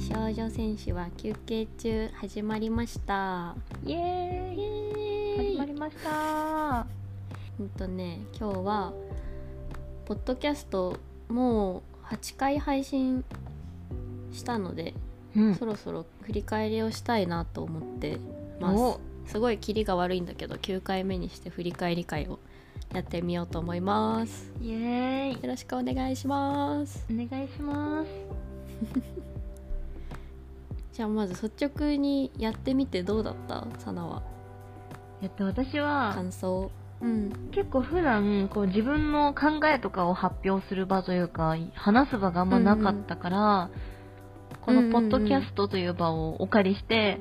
選手は休憩中始まりましたイエーイ始まりましたうんとね今日はポッドキャストもう8回配信したので、うんそろそろ振り返りをしたいなと思ってますおすごいキリが悪いんだけど9回目にして振り返り会をやってみようと思いますイエーイよろしくお願いしますお願いしますじゃあまず率直にやってみてどうだったサナはえっと私は感想うん結構普段こう自分の考えとかを発表する場というか話す場があんまなかったから、このポッドキャストという場をお借りして、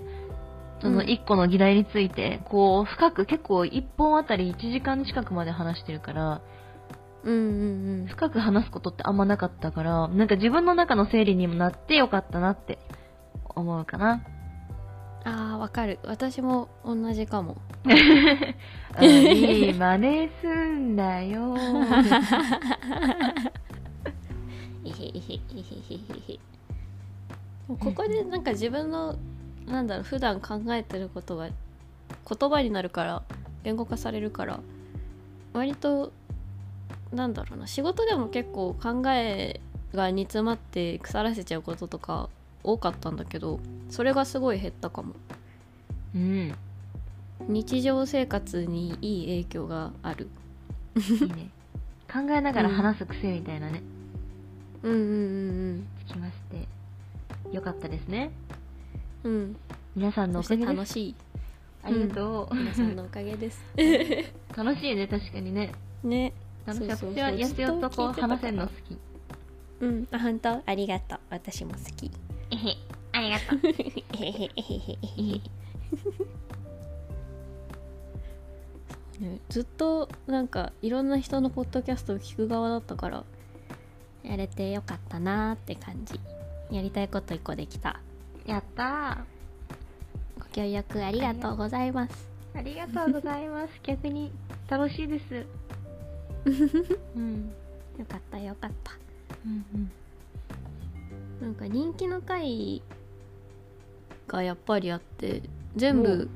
その一個の議題について、こう深く結構一本あたり1時間近くまで話してるから、うんうん深く話すことってあんまなかったから、なんか自分の中の整理にもなってよかったなって思うかな。うんあーわかる私も同じかも あいい真似すん だよ。いへいへいへいへいへいここでなんか自分のなんだろう普段考えてることが言葉になるから言語化されるから割となんだろうな仕事でも結構考えが煮詰まって腐らせちゃうこととか多かったんだけどそれがすごい減ったかもうん。いいね。日常生活にいい影響がある考えながら話す癖みたいなね、うんうんうんつきまして、よかったですね。うんうん皆さんのそおしかてげで楽す。しいありがとう。皆さんのおかげです楽しいね、確かにね。ね楽しい。そうそうそう私はやすよとこうずっと聞いてたから話せるの好き。うん、あ本当ありがとう。私も好き。えへ、ありがとう。ねずっとなんかいろんな人のポッドキャストを聞く側だったからやれてよかったなーって感じやりたいこと一個できた やったー。ご協力ありがとうございますありがとうございます。逆に楽し いです。うん。よかったよかったうんうん。なんか人気の回がやっぱりあって全部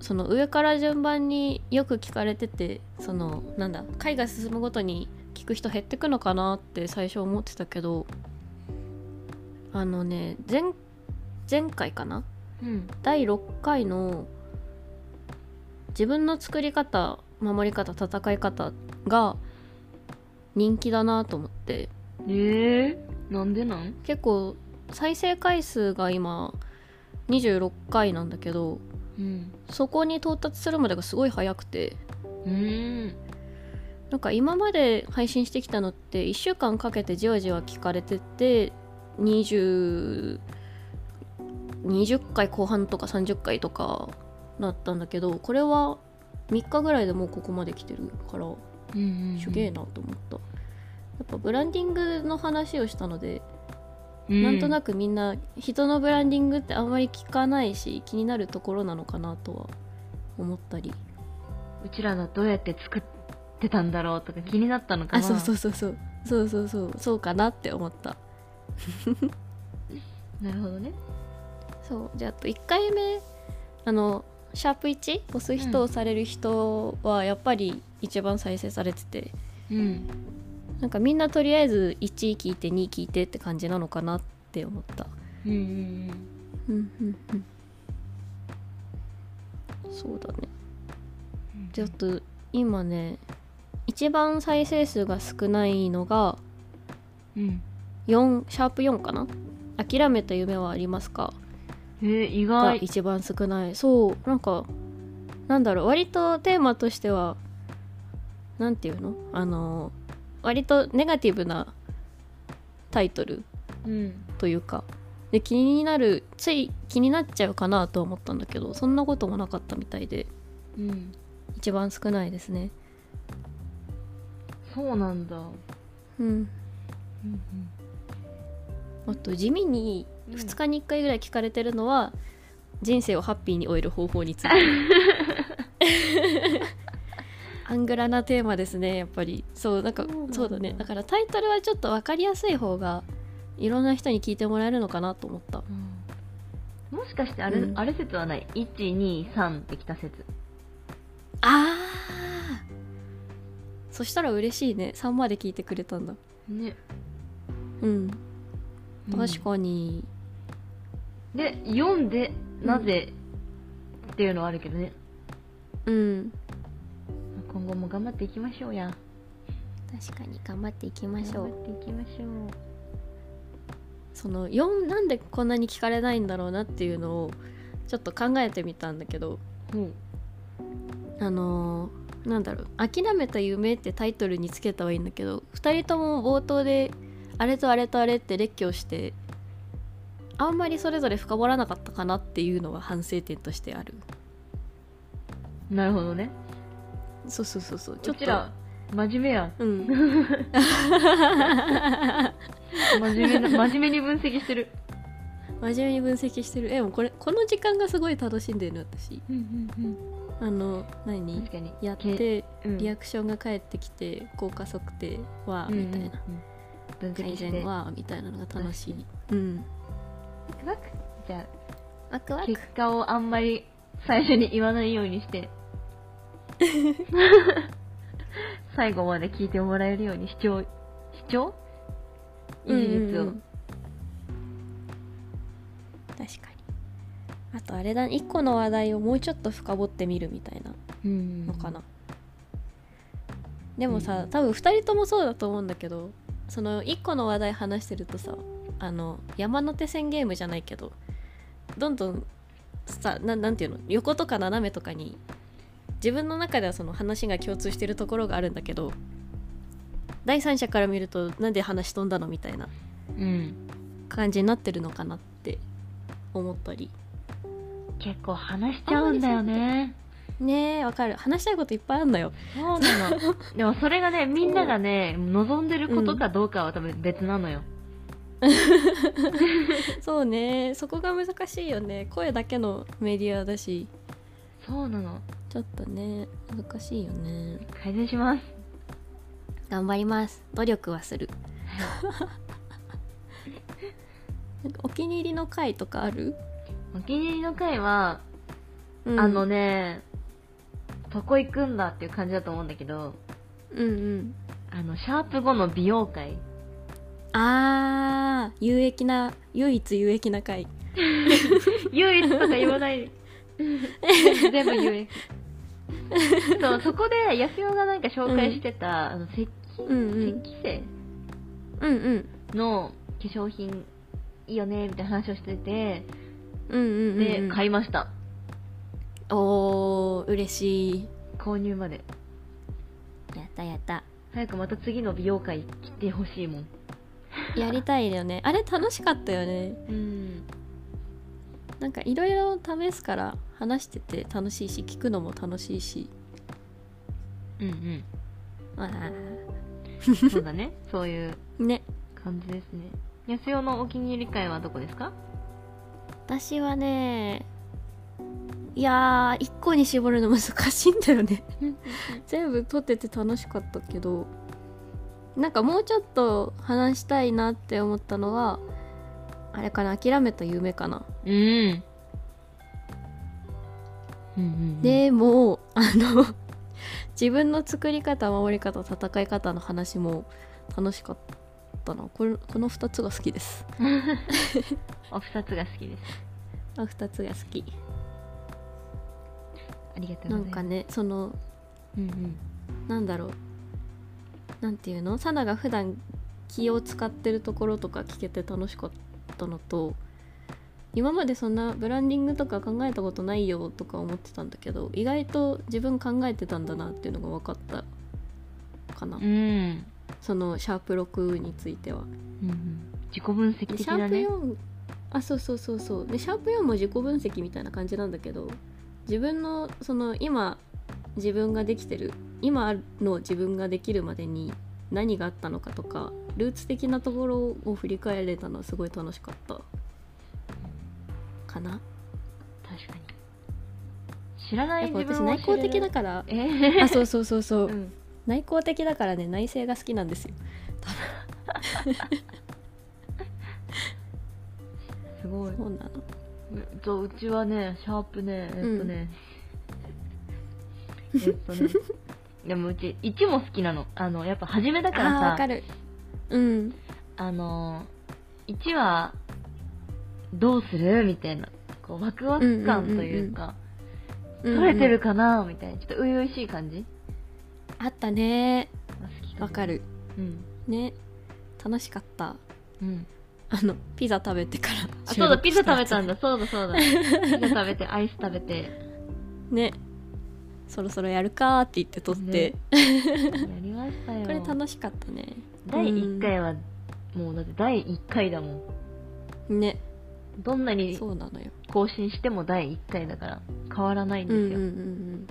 その上から順番によく聞かれててそのなんだ回が進むごとに聞く人減ってくのかなって最初思ってたけどあのね前前回かなうん。第6回の自分の作り方守り方戦い方が人気だなと思ってえー、なんでなん結構再生回数が今26回なんだけどうん。そこに到達するまでがすごい早くてうん。なんか今まで配信してきたのって1週間かけてじわじわ聞かれてて2020回後半とか30回とかだったんだけどこれは3日ぐらいでもうここまで来てるからうんすげえなと思った。やっぱブランディングの話をしたのでなんとなく。くみんな人のブランディングってあんまり聞かないし気になるところなのかなとは思ったりうちらがどうやって作ってたんだろうとか気になったのかあな。そうそううそうそうそうそうそうそうかなって思ったなるほどね。そうじゃああと1回目あのシャープ1押す人をされる人はやっぱり一番再生されてて、うん。なんかみんなとりあえず1聞いて2聞いてって感じなのかなって思ったうんうんうんうんうんそうだねうん。ちょっと今ね一番再生数が少ないのがうん。 4シャープ4かな諦めた夢はありますかえー、意が外。一番少ないそうなんかなんだろう割とテーマとしてはなんていうのあの割とネガティブなタイトルうん。というかで気になるつい気になっちゃうかなとは思ったんだけどそんなこともなかったみたいでうん。一番少ないですねそうなんだ。うんうんうん。あと地味にうん2日に1回ぐらい聞かれてるのは、人生をハッピーに終える方法について アングラなテーマですねやっぱりそうなんかそうなんだそうだねだからタイトルはちょっと分かりやすい方がいろんな人に聞いてもらえるのかなと思ったうんもしかしてあれ,、うんあれ説はない123ってきた説ああそしたら嬉しいね3まで聞いてくれたんだねうん確確かかに、にで4でなぜ、っていうのはあるけどねうん今後も頑張っていきましょうや確かに頑張っていきま頑しょ張うっていきましょうその4なんでこんなに聞かれないんだろうなっていうのをちょっと考えてみたんだけどうんあのーなんだろう「諦めた夢」ってタイトルにつけたはいいんだけど2人とも冒頭であれとあれとあれって列挙してあんまりそれぞれ深掘らなかったかなっていうのが反省点としてあるなるほどねそうそうそうそうこちら真面目 やうん真面目な真面目に分析してる真面目に分析してるえもうこれこの時間がすごい楽しんでるの私あの何確かにやっけてうんリアクションが返ってきて効果測定はうんうみんたいな分析改して善はみたいなのが楽しいうんワクワクじゃワクワあ結果をあんまり最初に言わないようにして 最後まで聞いてもらえるように視聴視聴いい率を、確かにあとあれだ1個の話題をもうちょっと深掘ってみるみたいなうんのかな、でもさ、うん多分2人ともそうだと思うんだけどその1個の話題話してるとさあの山手線ゲームじゃないけどどんどんさななんていうの横とか斜めとかに自分の中ではその話が共通してるところがあるんだけど第三者から見るとなんで話飛んだのみたいなうん感じになってるのかなって思ったり結構話しちゃうんだよねねえわかる話したいこといっぱいあんだよそうなの でもそれがねみんながね望んでることかどうかは多分別なのよ、そうねそこが難しいよね声だけのメディアだしそうなのちょっとね難しいよね改善します頑張ります努力はする なんかお気に入りの回とかある、お気に入りの回は、うんあのねどこ行くんだっていう感じだと思うんだけどうんうんあのシャープ5の美 容会あー有益な唯一有益な回唯一とか言わない全部有益そうそこで安代がなんか紹介してた、あの石うんうん石精うんうんの化粧品いいよねみたいな話をしててうんうんうんで、うん買いましたおー嬉しい購入までやったやった早くまた次の美容会来てほしいもんやりたいよねあれ楽しかったよねうんなんかいろいろ試すから話してて楽しいし聞くのも楽しいしうんうんあそうだねそういうーね感じですね安代のお気に入り会はどこですか私はねいやー一個に絞るの難しいんだよね全部撮ってて楽しかったけどなんかもうちょっと話したいなって思ったのはあれかな諦めた夢かなうんうんうんででもあの 自分の作り方守り方戦い方の話も楽しかったなこれこの2つが好きですお二つが好きですあ2つが好きありがとなうございんますかねそのうんなんだろうなんていうのサナが普段気を使ってるところとか聞けて楽しかったのと今までそんなブランディングとか考えたことないよとか思ってたんだけど意外と自分考えてたんだなっていうのが分かったかな、うんうんそのシャープ6についてはうん自己分析でシ的ャーだプね4あそうそうそうそうでシャープ4も自己分析みたいな感じなんだけど自分のその今自分ができてる今の自分ができるまでに何があったのかとかルーツ的なところを振り返れたのはすごい楽しかったかな確かに知らなやいっぱ自私分を内知向れる的だから えあそうそうそうそう、うん内向的だからね内省が好きなんですよすごいそうなのうとうちはねシャープねえっとね、えっ とねでもうち1も好きなのあのやっぱ初めだあからーわさかるうんあの1はどうするみたいなこうワクワク感というか、取れてるかなみたいなちょっと初々しい感じうんうんあったねが好きなわかるうんね楽しかったうんあのピザ食べてからあそうだピザ収食べ録したんやだそう だそうだピザ食べてアイス食べてつねそろそろやるかーって言って撮って、やりましたよこれ楽しかったね第1回はもうだって第1回だもんねどんなにそうなのよ更新しても第1回だから変わらないんうんうんですうんよ、うん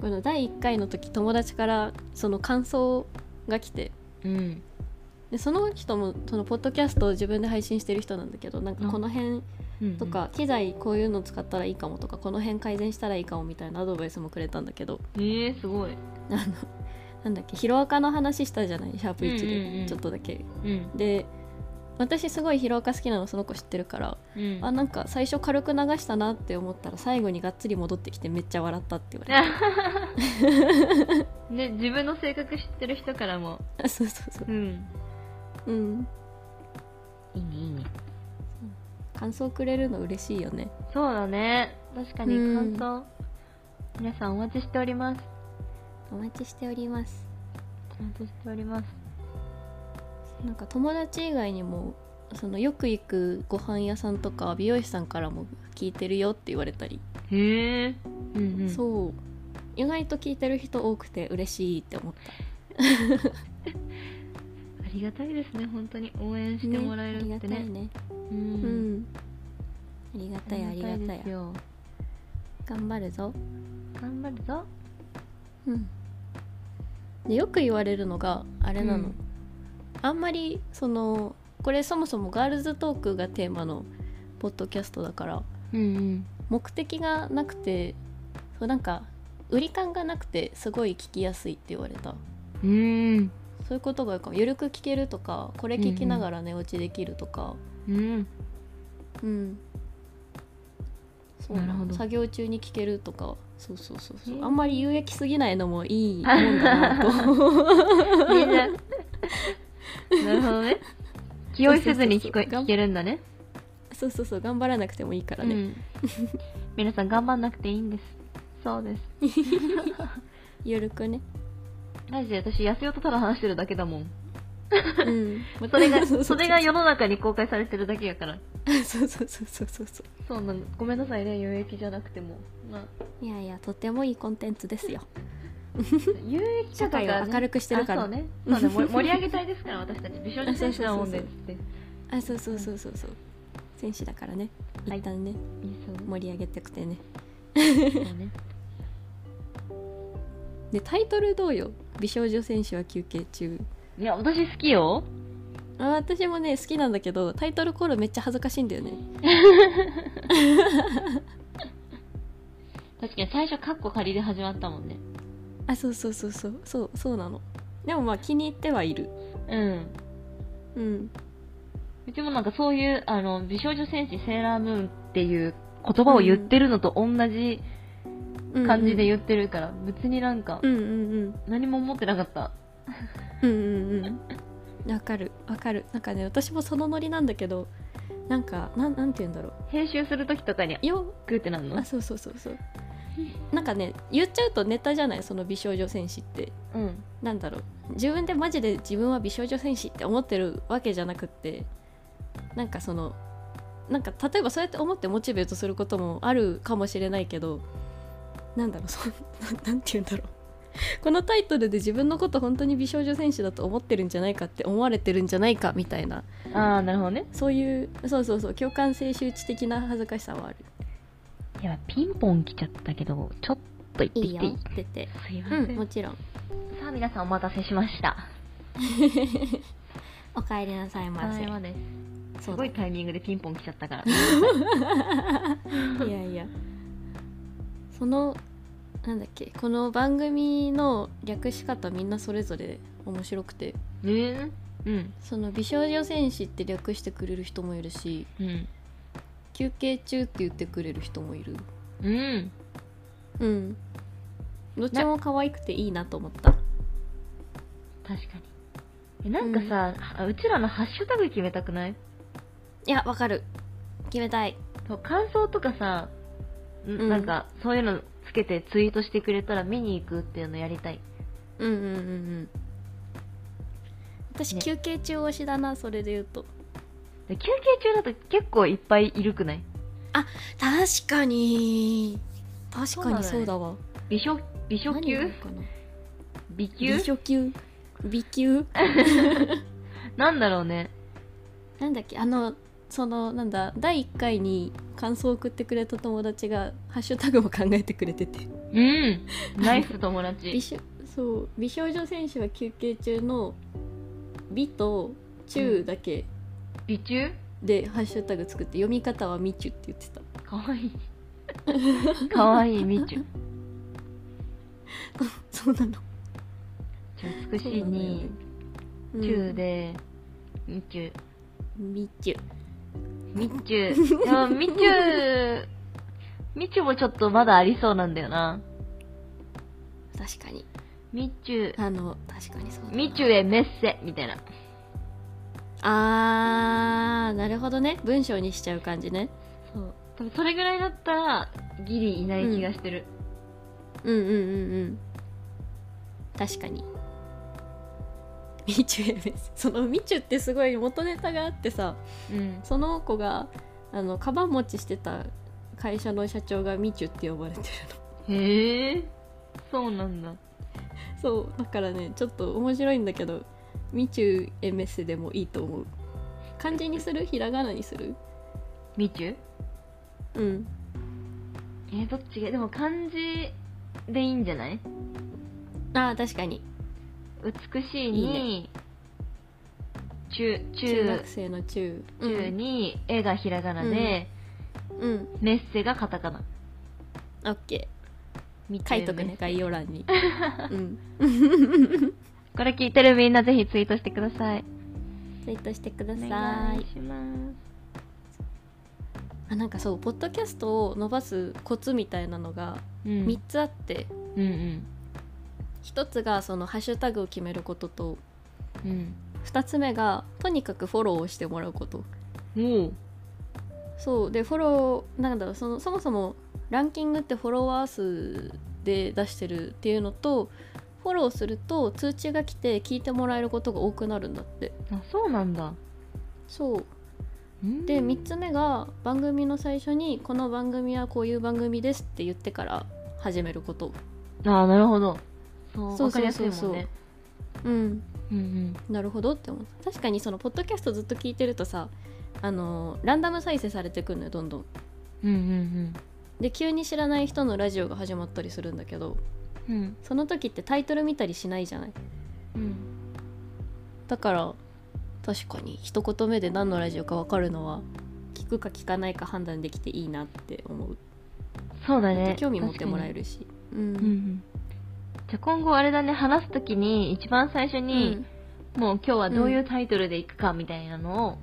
この第1回の時友達からその感想が来てうんでその人もそのポッドキャストを自分で配信してる人なんだけどなんかこの辺うんとか、機材こういうの使ったらいいかもとかこの辺改善したらいいかもみたいなアドバイスもくれたんだけどえー、すごいあのなんだっけヒロアカの話したじゃないシャープ1で、うんうんうんちょっとだけうんで私すごいヒロアカ好きなのその子知ってるから、うんあなんか最初軽く流したなって思ったら最後にがっつり戻ってきてめっちゃ笑ったって言われたね自分の性格知ってる人からもあ そうそうそううんうんいいねいいね感想くれるの嬉しいよねそうだね確かに感想、皆さんお待ちしておりますお待ちしておりますお待ちしておりますなんか友達以外にもそのよく行くご飯屋さんとか美容師さんからも聞いてるよって言われたり、へえうんうんそう意外と聞いてる人多くて嬉しいって思ったありがたいですね本当に応援してもらえるねっあてりがたねいねううんん、ありがたいありがたいですよ頑張るぞ頑張るぞうんでよく言われるのがあれなの、うんあんまりそのこれそもそもガールズトークがテーマのポッドキャストだからうんうん目的がなくてそうなんか売り感がなくてすごい聞きやすいって言われた うんそういうことがあるかもゆるく聞けるとかこれ聞きながら寝落ちできるとかうんうんそうななるほのど作業中に聞けるとかそうそうそうそう、へえあんまり有益すぎないのもいいもんだな といいじゃんなるほどね気負いせずに聞こえそうそうそうそう聞けるんだねそうそうそう頑張らなくてもいいからうね、ん 皆さん頑張んなくていいんですそうですゆるくね、マジで私安代とただ話してるだけだも んうん、それそうがそれが世の中に公開されてるだけやから そうそうそうそうそうそそうなのごめんなさいね有益じゃなくてもまあ ういやいやとてもいいコンテンツですよ有益者社とか、ね、会を明るくしてるからあそうねそうねも盛り上げたいですから私たち美少女戦士なもんですっていあそうそうそうそうそう選手だからねはい一旦ね、いそう盛り上げてくてねそうねでタイトルどうよ美少女選手は休憩中いや私好きよあ私もね好きなんだけどタイトルコールめっちゃ恥ずかしいんだよね確かに最初カッコ仮で始まったもんねあそうそうそうそうそうそうなのでもまあ気に入ってはいるうんうんうちもなんかそういうあの美少女戦士セーラームーンっていう言葉を言ってるのと同じ感じで言ってるから、別になんかうんうんうん何も思ってなかったうんうんうんわかるわかるなんかね私もそのノリなんだけどなんかなんなんて言うんだろ編集する時とかにうよグーってなるのあそうそうそうそうなんかね言っちゃうとネタじゃないその美少女戦士ってうんなんだろう自分でマジで自分は美少女戦士って思ってるわけじゃなくってなんかそのなんか例えばそうやって思ってモチベートすることもあるかもしれないけどなんだろうそんななんて言うんだろうこのタイトルで自分のこと本当に美少女戦士だと思ってるんじゃないかって思われてるんじゃないかみたいなああなるほどねそういうそうそうそう共感性周知的な恥ずかしさはあるいやピンポン来ちゃったけどちょっと行っていきいてよいいっててすいませ、うんんもさちろんあ皆さんお待たせしましたお帰りなさいませまですそうすごだいタイミングでピンポン来ちゃっ たかいらやいやそのなんだっけこの番組の略し方みんなそれぞれ面白くてえー、うんその美少女戦士って略してくれる人もいるしうん休憩中って言ってくれる人もいるうんうんどっちも可愛くていいなと思った確かにえなんかさ、うちらのハッシュタグ決めたくないいやわかる決めたいそう感想とかさ、んうんなんかそういうのつけてツイートしてくれたら見に行くっていうのやりたいうんうんうんうん私、ね休憩中推しだなそれで言うとで休憩中だと結構いっぱいいるくない確かに確かにそそうだねうだわ美少美少何がい級いかな美級美初級美級なんだろうねなんだっけあのそのなんだ第1回に感想を送ってくれた友達がハッシュタグも考えてくれててうんナイス友美達少そう美少女選手は休憩中の美と中だけ美中でハッシュタグ作って読み方はみちゅって言ってたかわいい かわいいみちゅ そうなのじゃあ美しいに中でみちゅみちゅみちゅでもみち ゅみちゅもちょっとまだありそうなんだよな確かにみちゅあの確かにそうだなみちゅへメッセみたいなあーなるほどね文章にしちゃう感じねそう多分それぐらいだったらギリいない気がしてる、うんうんうんうん確かにみちゅえですそのみちゅってすごい元ネタがあってさうん、その子があのカバン持ちしてた会社の社長がみちゅって呼ばれてるへえそうなんだのそうだからねちょっと面白いんだけどみちゅえメスでもいいと思う漢字にするひらがなにするみちゅうんえー、どっちがでも漢字でいいんじゃないあー確かに美しいに中中中学生の中中に絵がひらがなで、うん、うん、メッセがカタカナオッケーみちゅ書えいとくね概要 欄にうんこれ聞いてるみんなぜひツイートしてくださいツイートしてくだおさい願いしますあなんかそうポッドキャストを伸ばすコツみたいなのがうん3つあって、うん1つがそのハッシュタグを決めることとうん2つ目がとにかくフォローをしてもらうことうんおうそうでフォローなんだろうそのそもそもランキングってフォロワー数で出してるっていうのとフォローすると通知が来て聞いてもらえることが多くなるんだってあそうなんだそううんで3つ目が番組の最初にこの番組はこういう番組ですって言ってから始めることああなるほどそうそうわそかうりそうやすそいうもんねうんうんうんなるほどって思った確かにそのポッドキャストずっと聞いてるとさあのーランダム再生されてくるのよどんどんうんうんで急に知らない人のラジオが始まったりするんだけどうんうんその時ってタイトル見たりしないじゃないだから確かに一言目で何のラジオか分かるのは聞くか聞かないか判断できていいなって思う、そうだだっねて興味持ってもらえるるしううんうんんじゃあ今後あれだね話すときに一番最初うに、んもう今日はどういうタイトルでいくかみたいなのを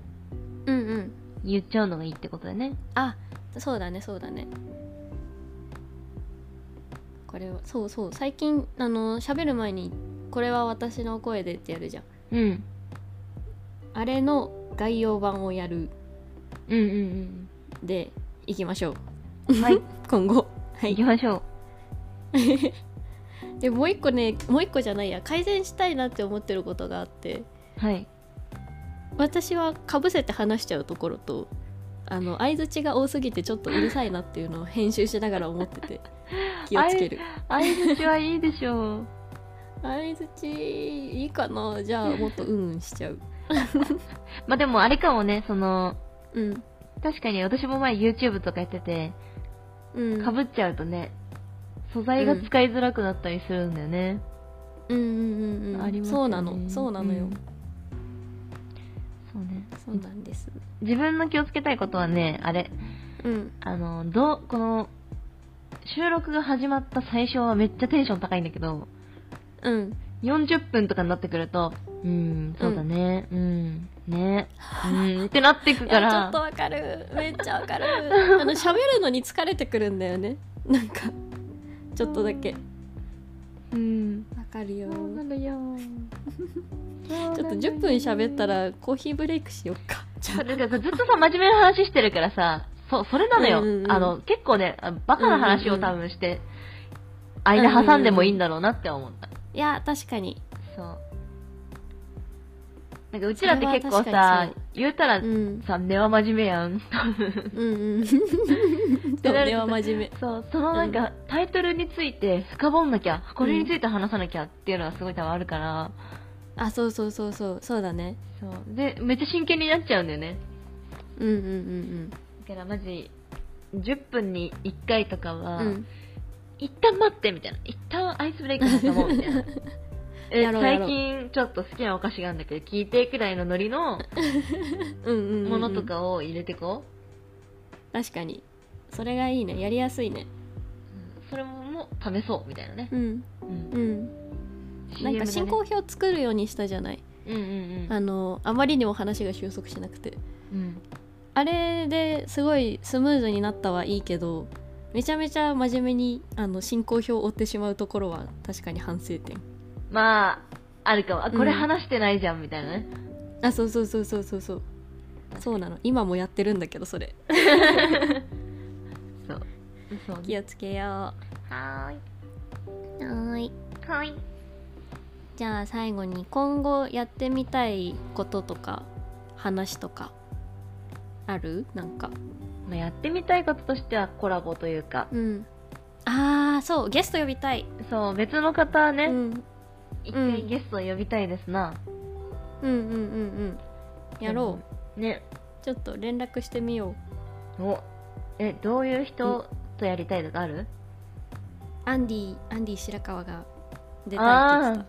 うんうん言っちゃうのがいいってことだねあそうだねそうだねこれはそうそう最近あの喋る前に「これは私の声で」ってやるじゃんうんあれの概要版をやるうんうんでいきましょうん はいう今後は行きいましょでもう一個ねもう一個じゃないや改善したいなって思ってることがあってうはい私はかぶせて話しちゃうところとあの相づちが多すぎてちょっとうるさいなっていうのを編集しながら思ってて気をつける相づちはいいでしょう相づちいいかなじゃあもっとうんうんしちゃうまあでもあれかもねそのうん確かに私も前 YouTube とかやっててうんかぶっちゃうとね素材が使いづらくなったりするんだよね、うんうんうんうんありますよねそうなのそうなのよ、んそうねそうなんです自分の気をつけたいことはねあれうんあのどうこの収録が始まった最初はめっちゃテンション高いんだけどうん40分とかになってくると、うん、そうだね、うん、ね、うん、ってなっていくいかやちょらっと、わかるめっちゃわかるあの喋るのに疲れてくるんだよねなんかちょっとだけうん、わかるよるよ。ちょっと10分喋ったらコーヒーブレイクしよっかじゃあなんかずっとさ、真面目な話してるからさ、そ、それなのよ。うんうんうんあの、結構ね、あバカな話を多分して、間挟んでもいいんだろうなって思った。 いや確かにそう。なんかうちらって結構それはさ確かに、言うたらうんさ、根は真面目やん。うんうん そうなる根は真面目 そう、そのなんか、タイトルについて深掘んなきゃ、これについて話さなきゃっていうのがすごい多分あるから、あそうそうそうそうそうだねそう。で、めっちゃ真剣になっちゃうんだよね。うんうんうんだからマジ、10分に1回とかうんは、うん一旦待ってみたいな一旦アイスブレイクだと思うみた いなえやろうやろ最う近ちょっと好きなお菓子があるんだけど聞いてくらいのノリのうんうんうんうんものとかを入れてこ確かにそれがいいねやりやすいねう、うんそれももう試そうみたいなね、うんうんうんなんか進 CM だ行ね表作るようにしたじゃないうんうんうんあのあまりにも話が収束しなくてうんあれですごいスムーズになったはいいけどめちゃめちゃ真面目にあの進行表を追ってしまうところは確かに反省点まああるかもあこれうん話してないじゃんみたいなね、あそうそうそうそうそうそうそうなの今もやってるんだけどそれそうそう気をつけよはーいうはいはーいじゃあ最後に今後やってみたいこととか話とかあるなんかまあやってみたいこととしてはコラボというかうんああそうゲスト呼びたい、そう別の方はうね、ん、一うん回ゲストを呼びたいですな、うんうんうんうんやろううねちょっと連絡してみようおえどういう人とやりたいとかあるアンディアンディ白川が出たいって言っあ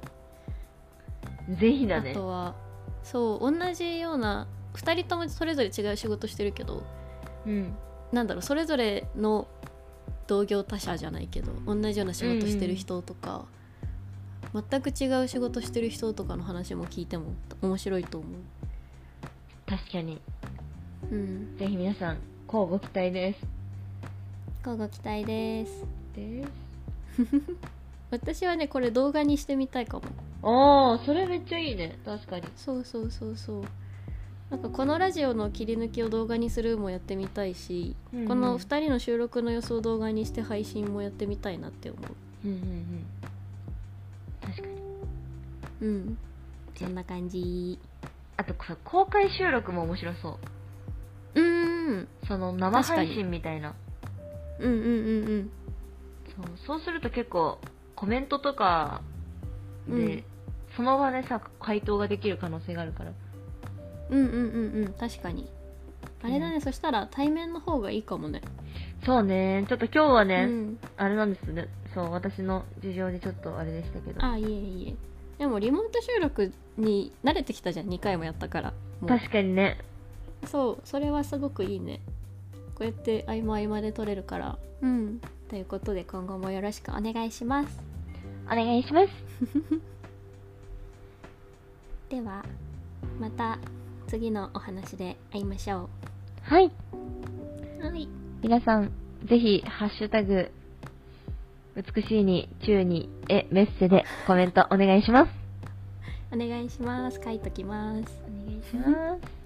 てーぜひたあ,、だねとはそう同じような2人ともそれぞれ違う仕事してるけどうんなんだろうそれぞれの同業他社じゃないけど同じような仕事してる人とか、全く違う仕事してる人とかの話も聞いても面白いと思確かにううんぜひ皆さん乞うご期待です乞うご期待ですです私はねこれ動画にしてみたいかもああそれめっちゃいいね確かにそうそうそうそうなんかこのラジオの切り抜きを動画にするもやってみたいし、うんうんこの2人の収録の様子を動画にして配信もやってみたいなって思うんうんうん確かにううんそんな感じあとそう公開収録も面白そううーんその生配確か信みたいなうんうんうんうんそうそうすると結構コメントとかで、うんその場でさ回答ができる可能性があるからうんうんうんうん確かにあれだね、うそしたら対面の方がいいかもねそうねちょっと今日はね、うん、あれなんですね。そう、私の事情でちょっとあれでしたけど。あいえいえでもリモート収録に慣れてきたじゃん2回もやったからもう確かにね。そうそれはすごくいいねこうやって合間合間で撮れるからうんということで今後もよろしくお願いしますお願いします。ではまた次のお話で会いましょはい。うはい皆さん、ぜひ、ハッシュタグ、美しいに、宙に、え、メッセでコメントお願いします。お願いします書いときますお願いします。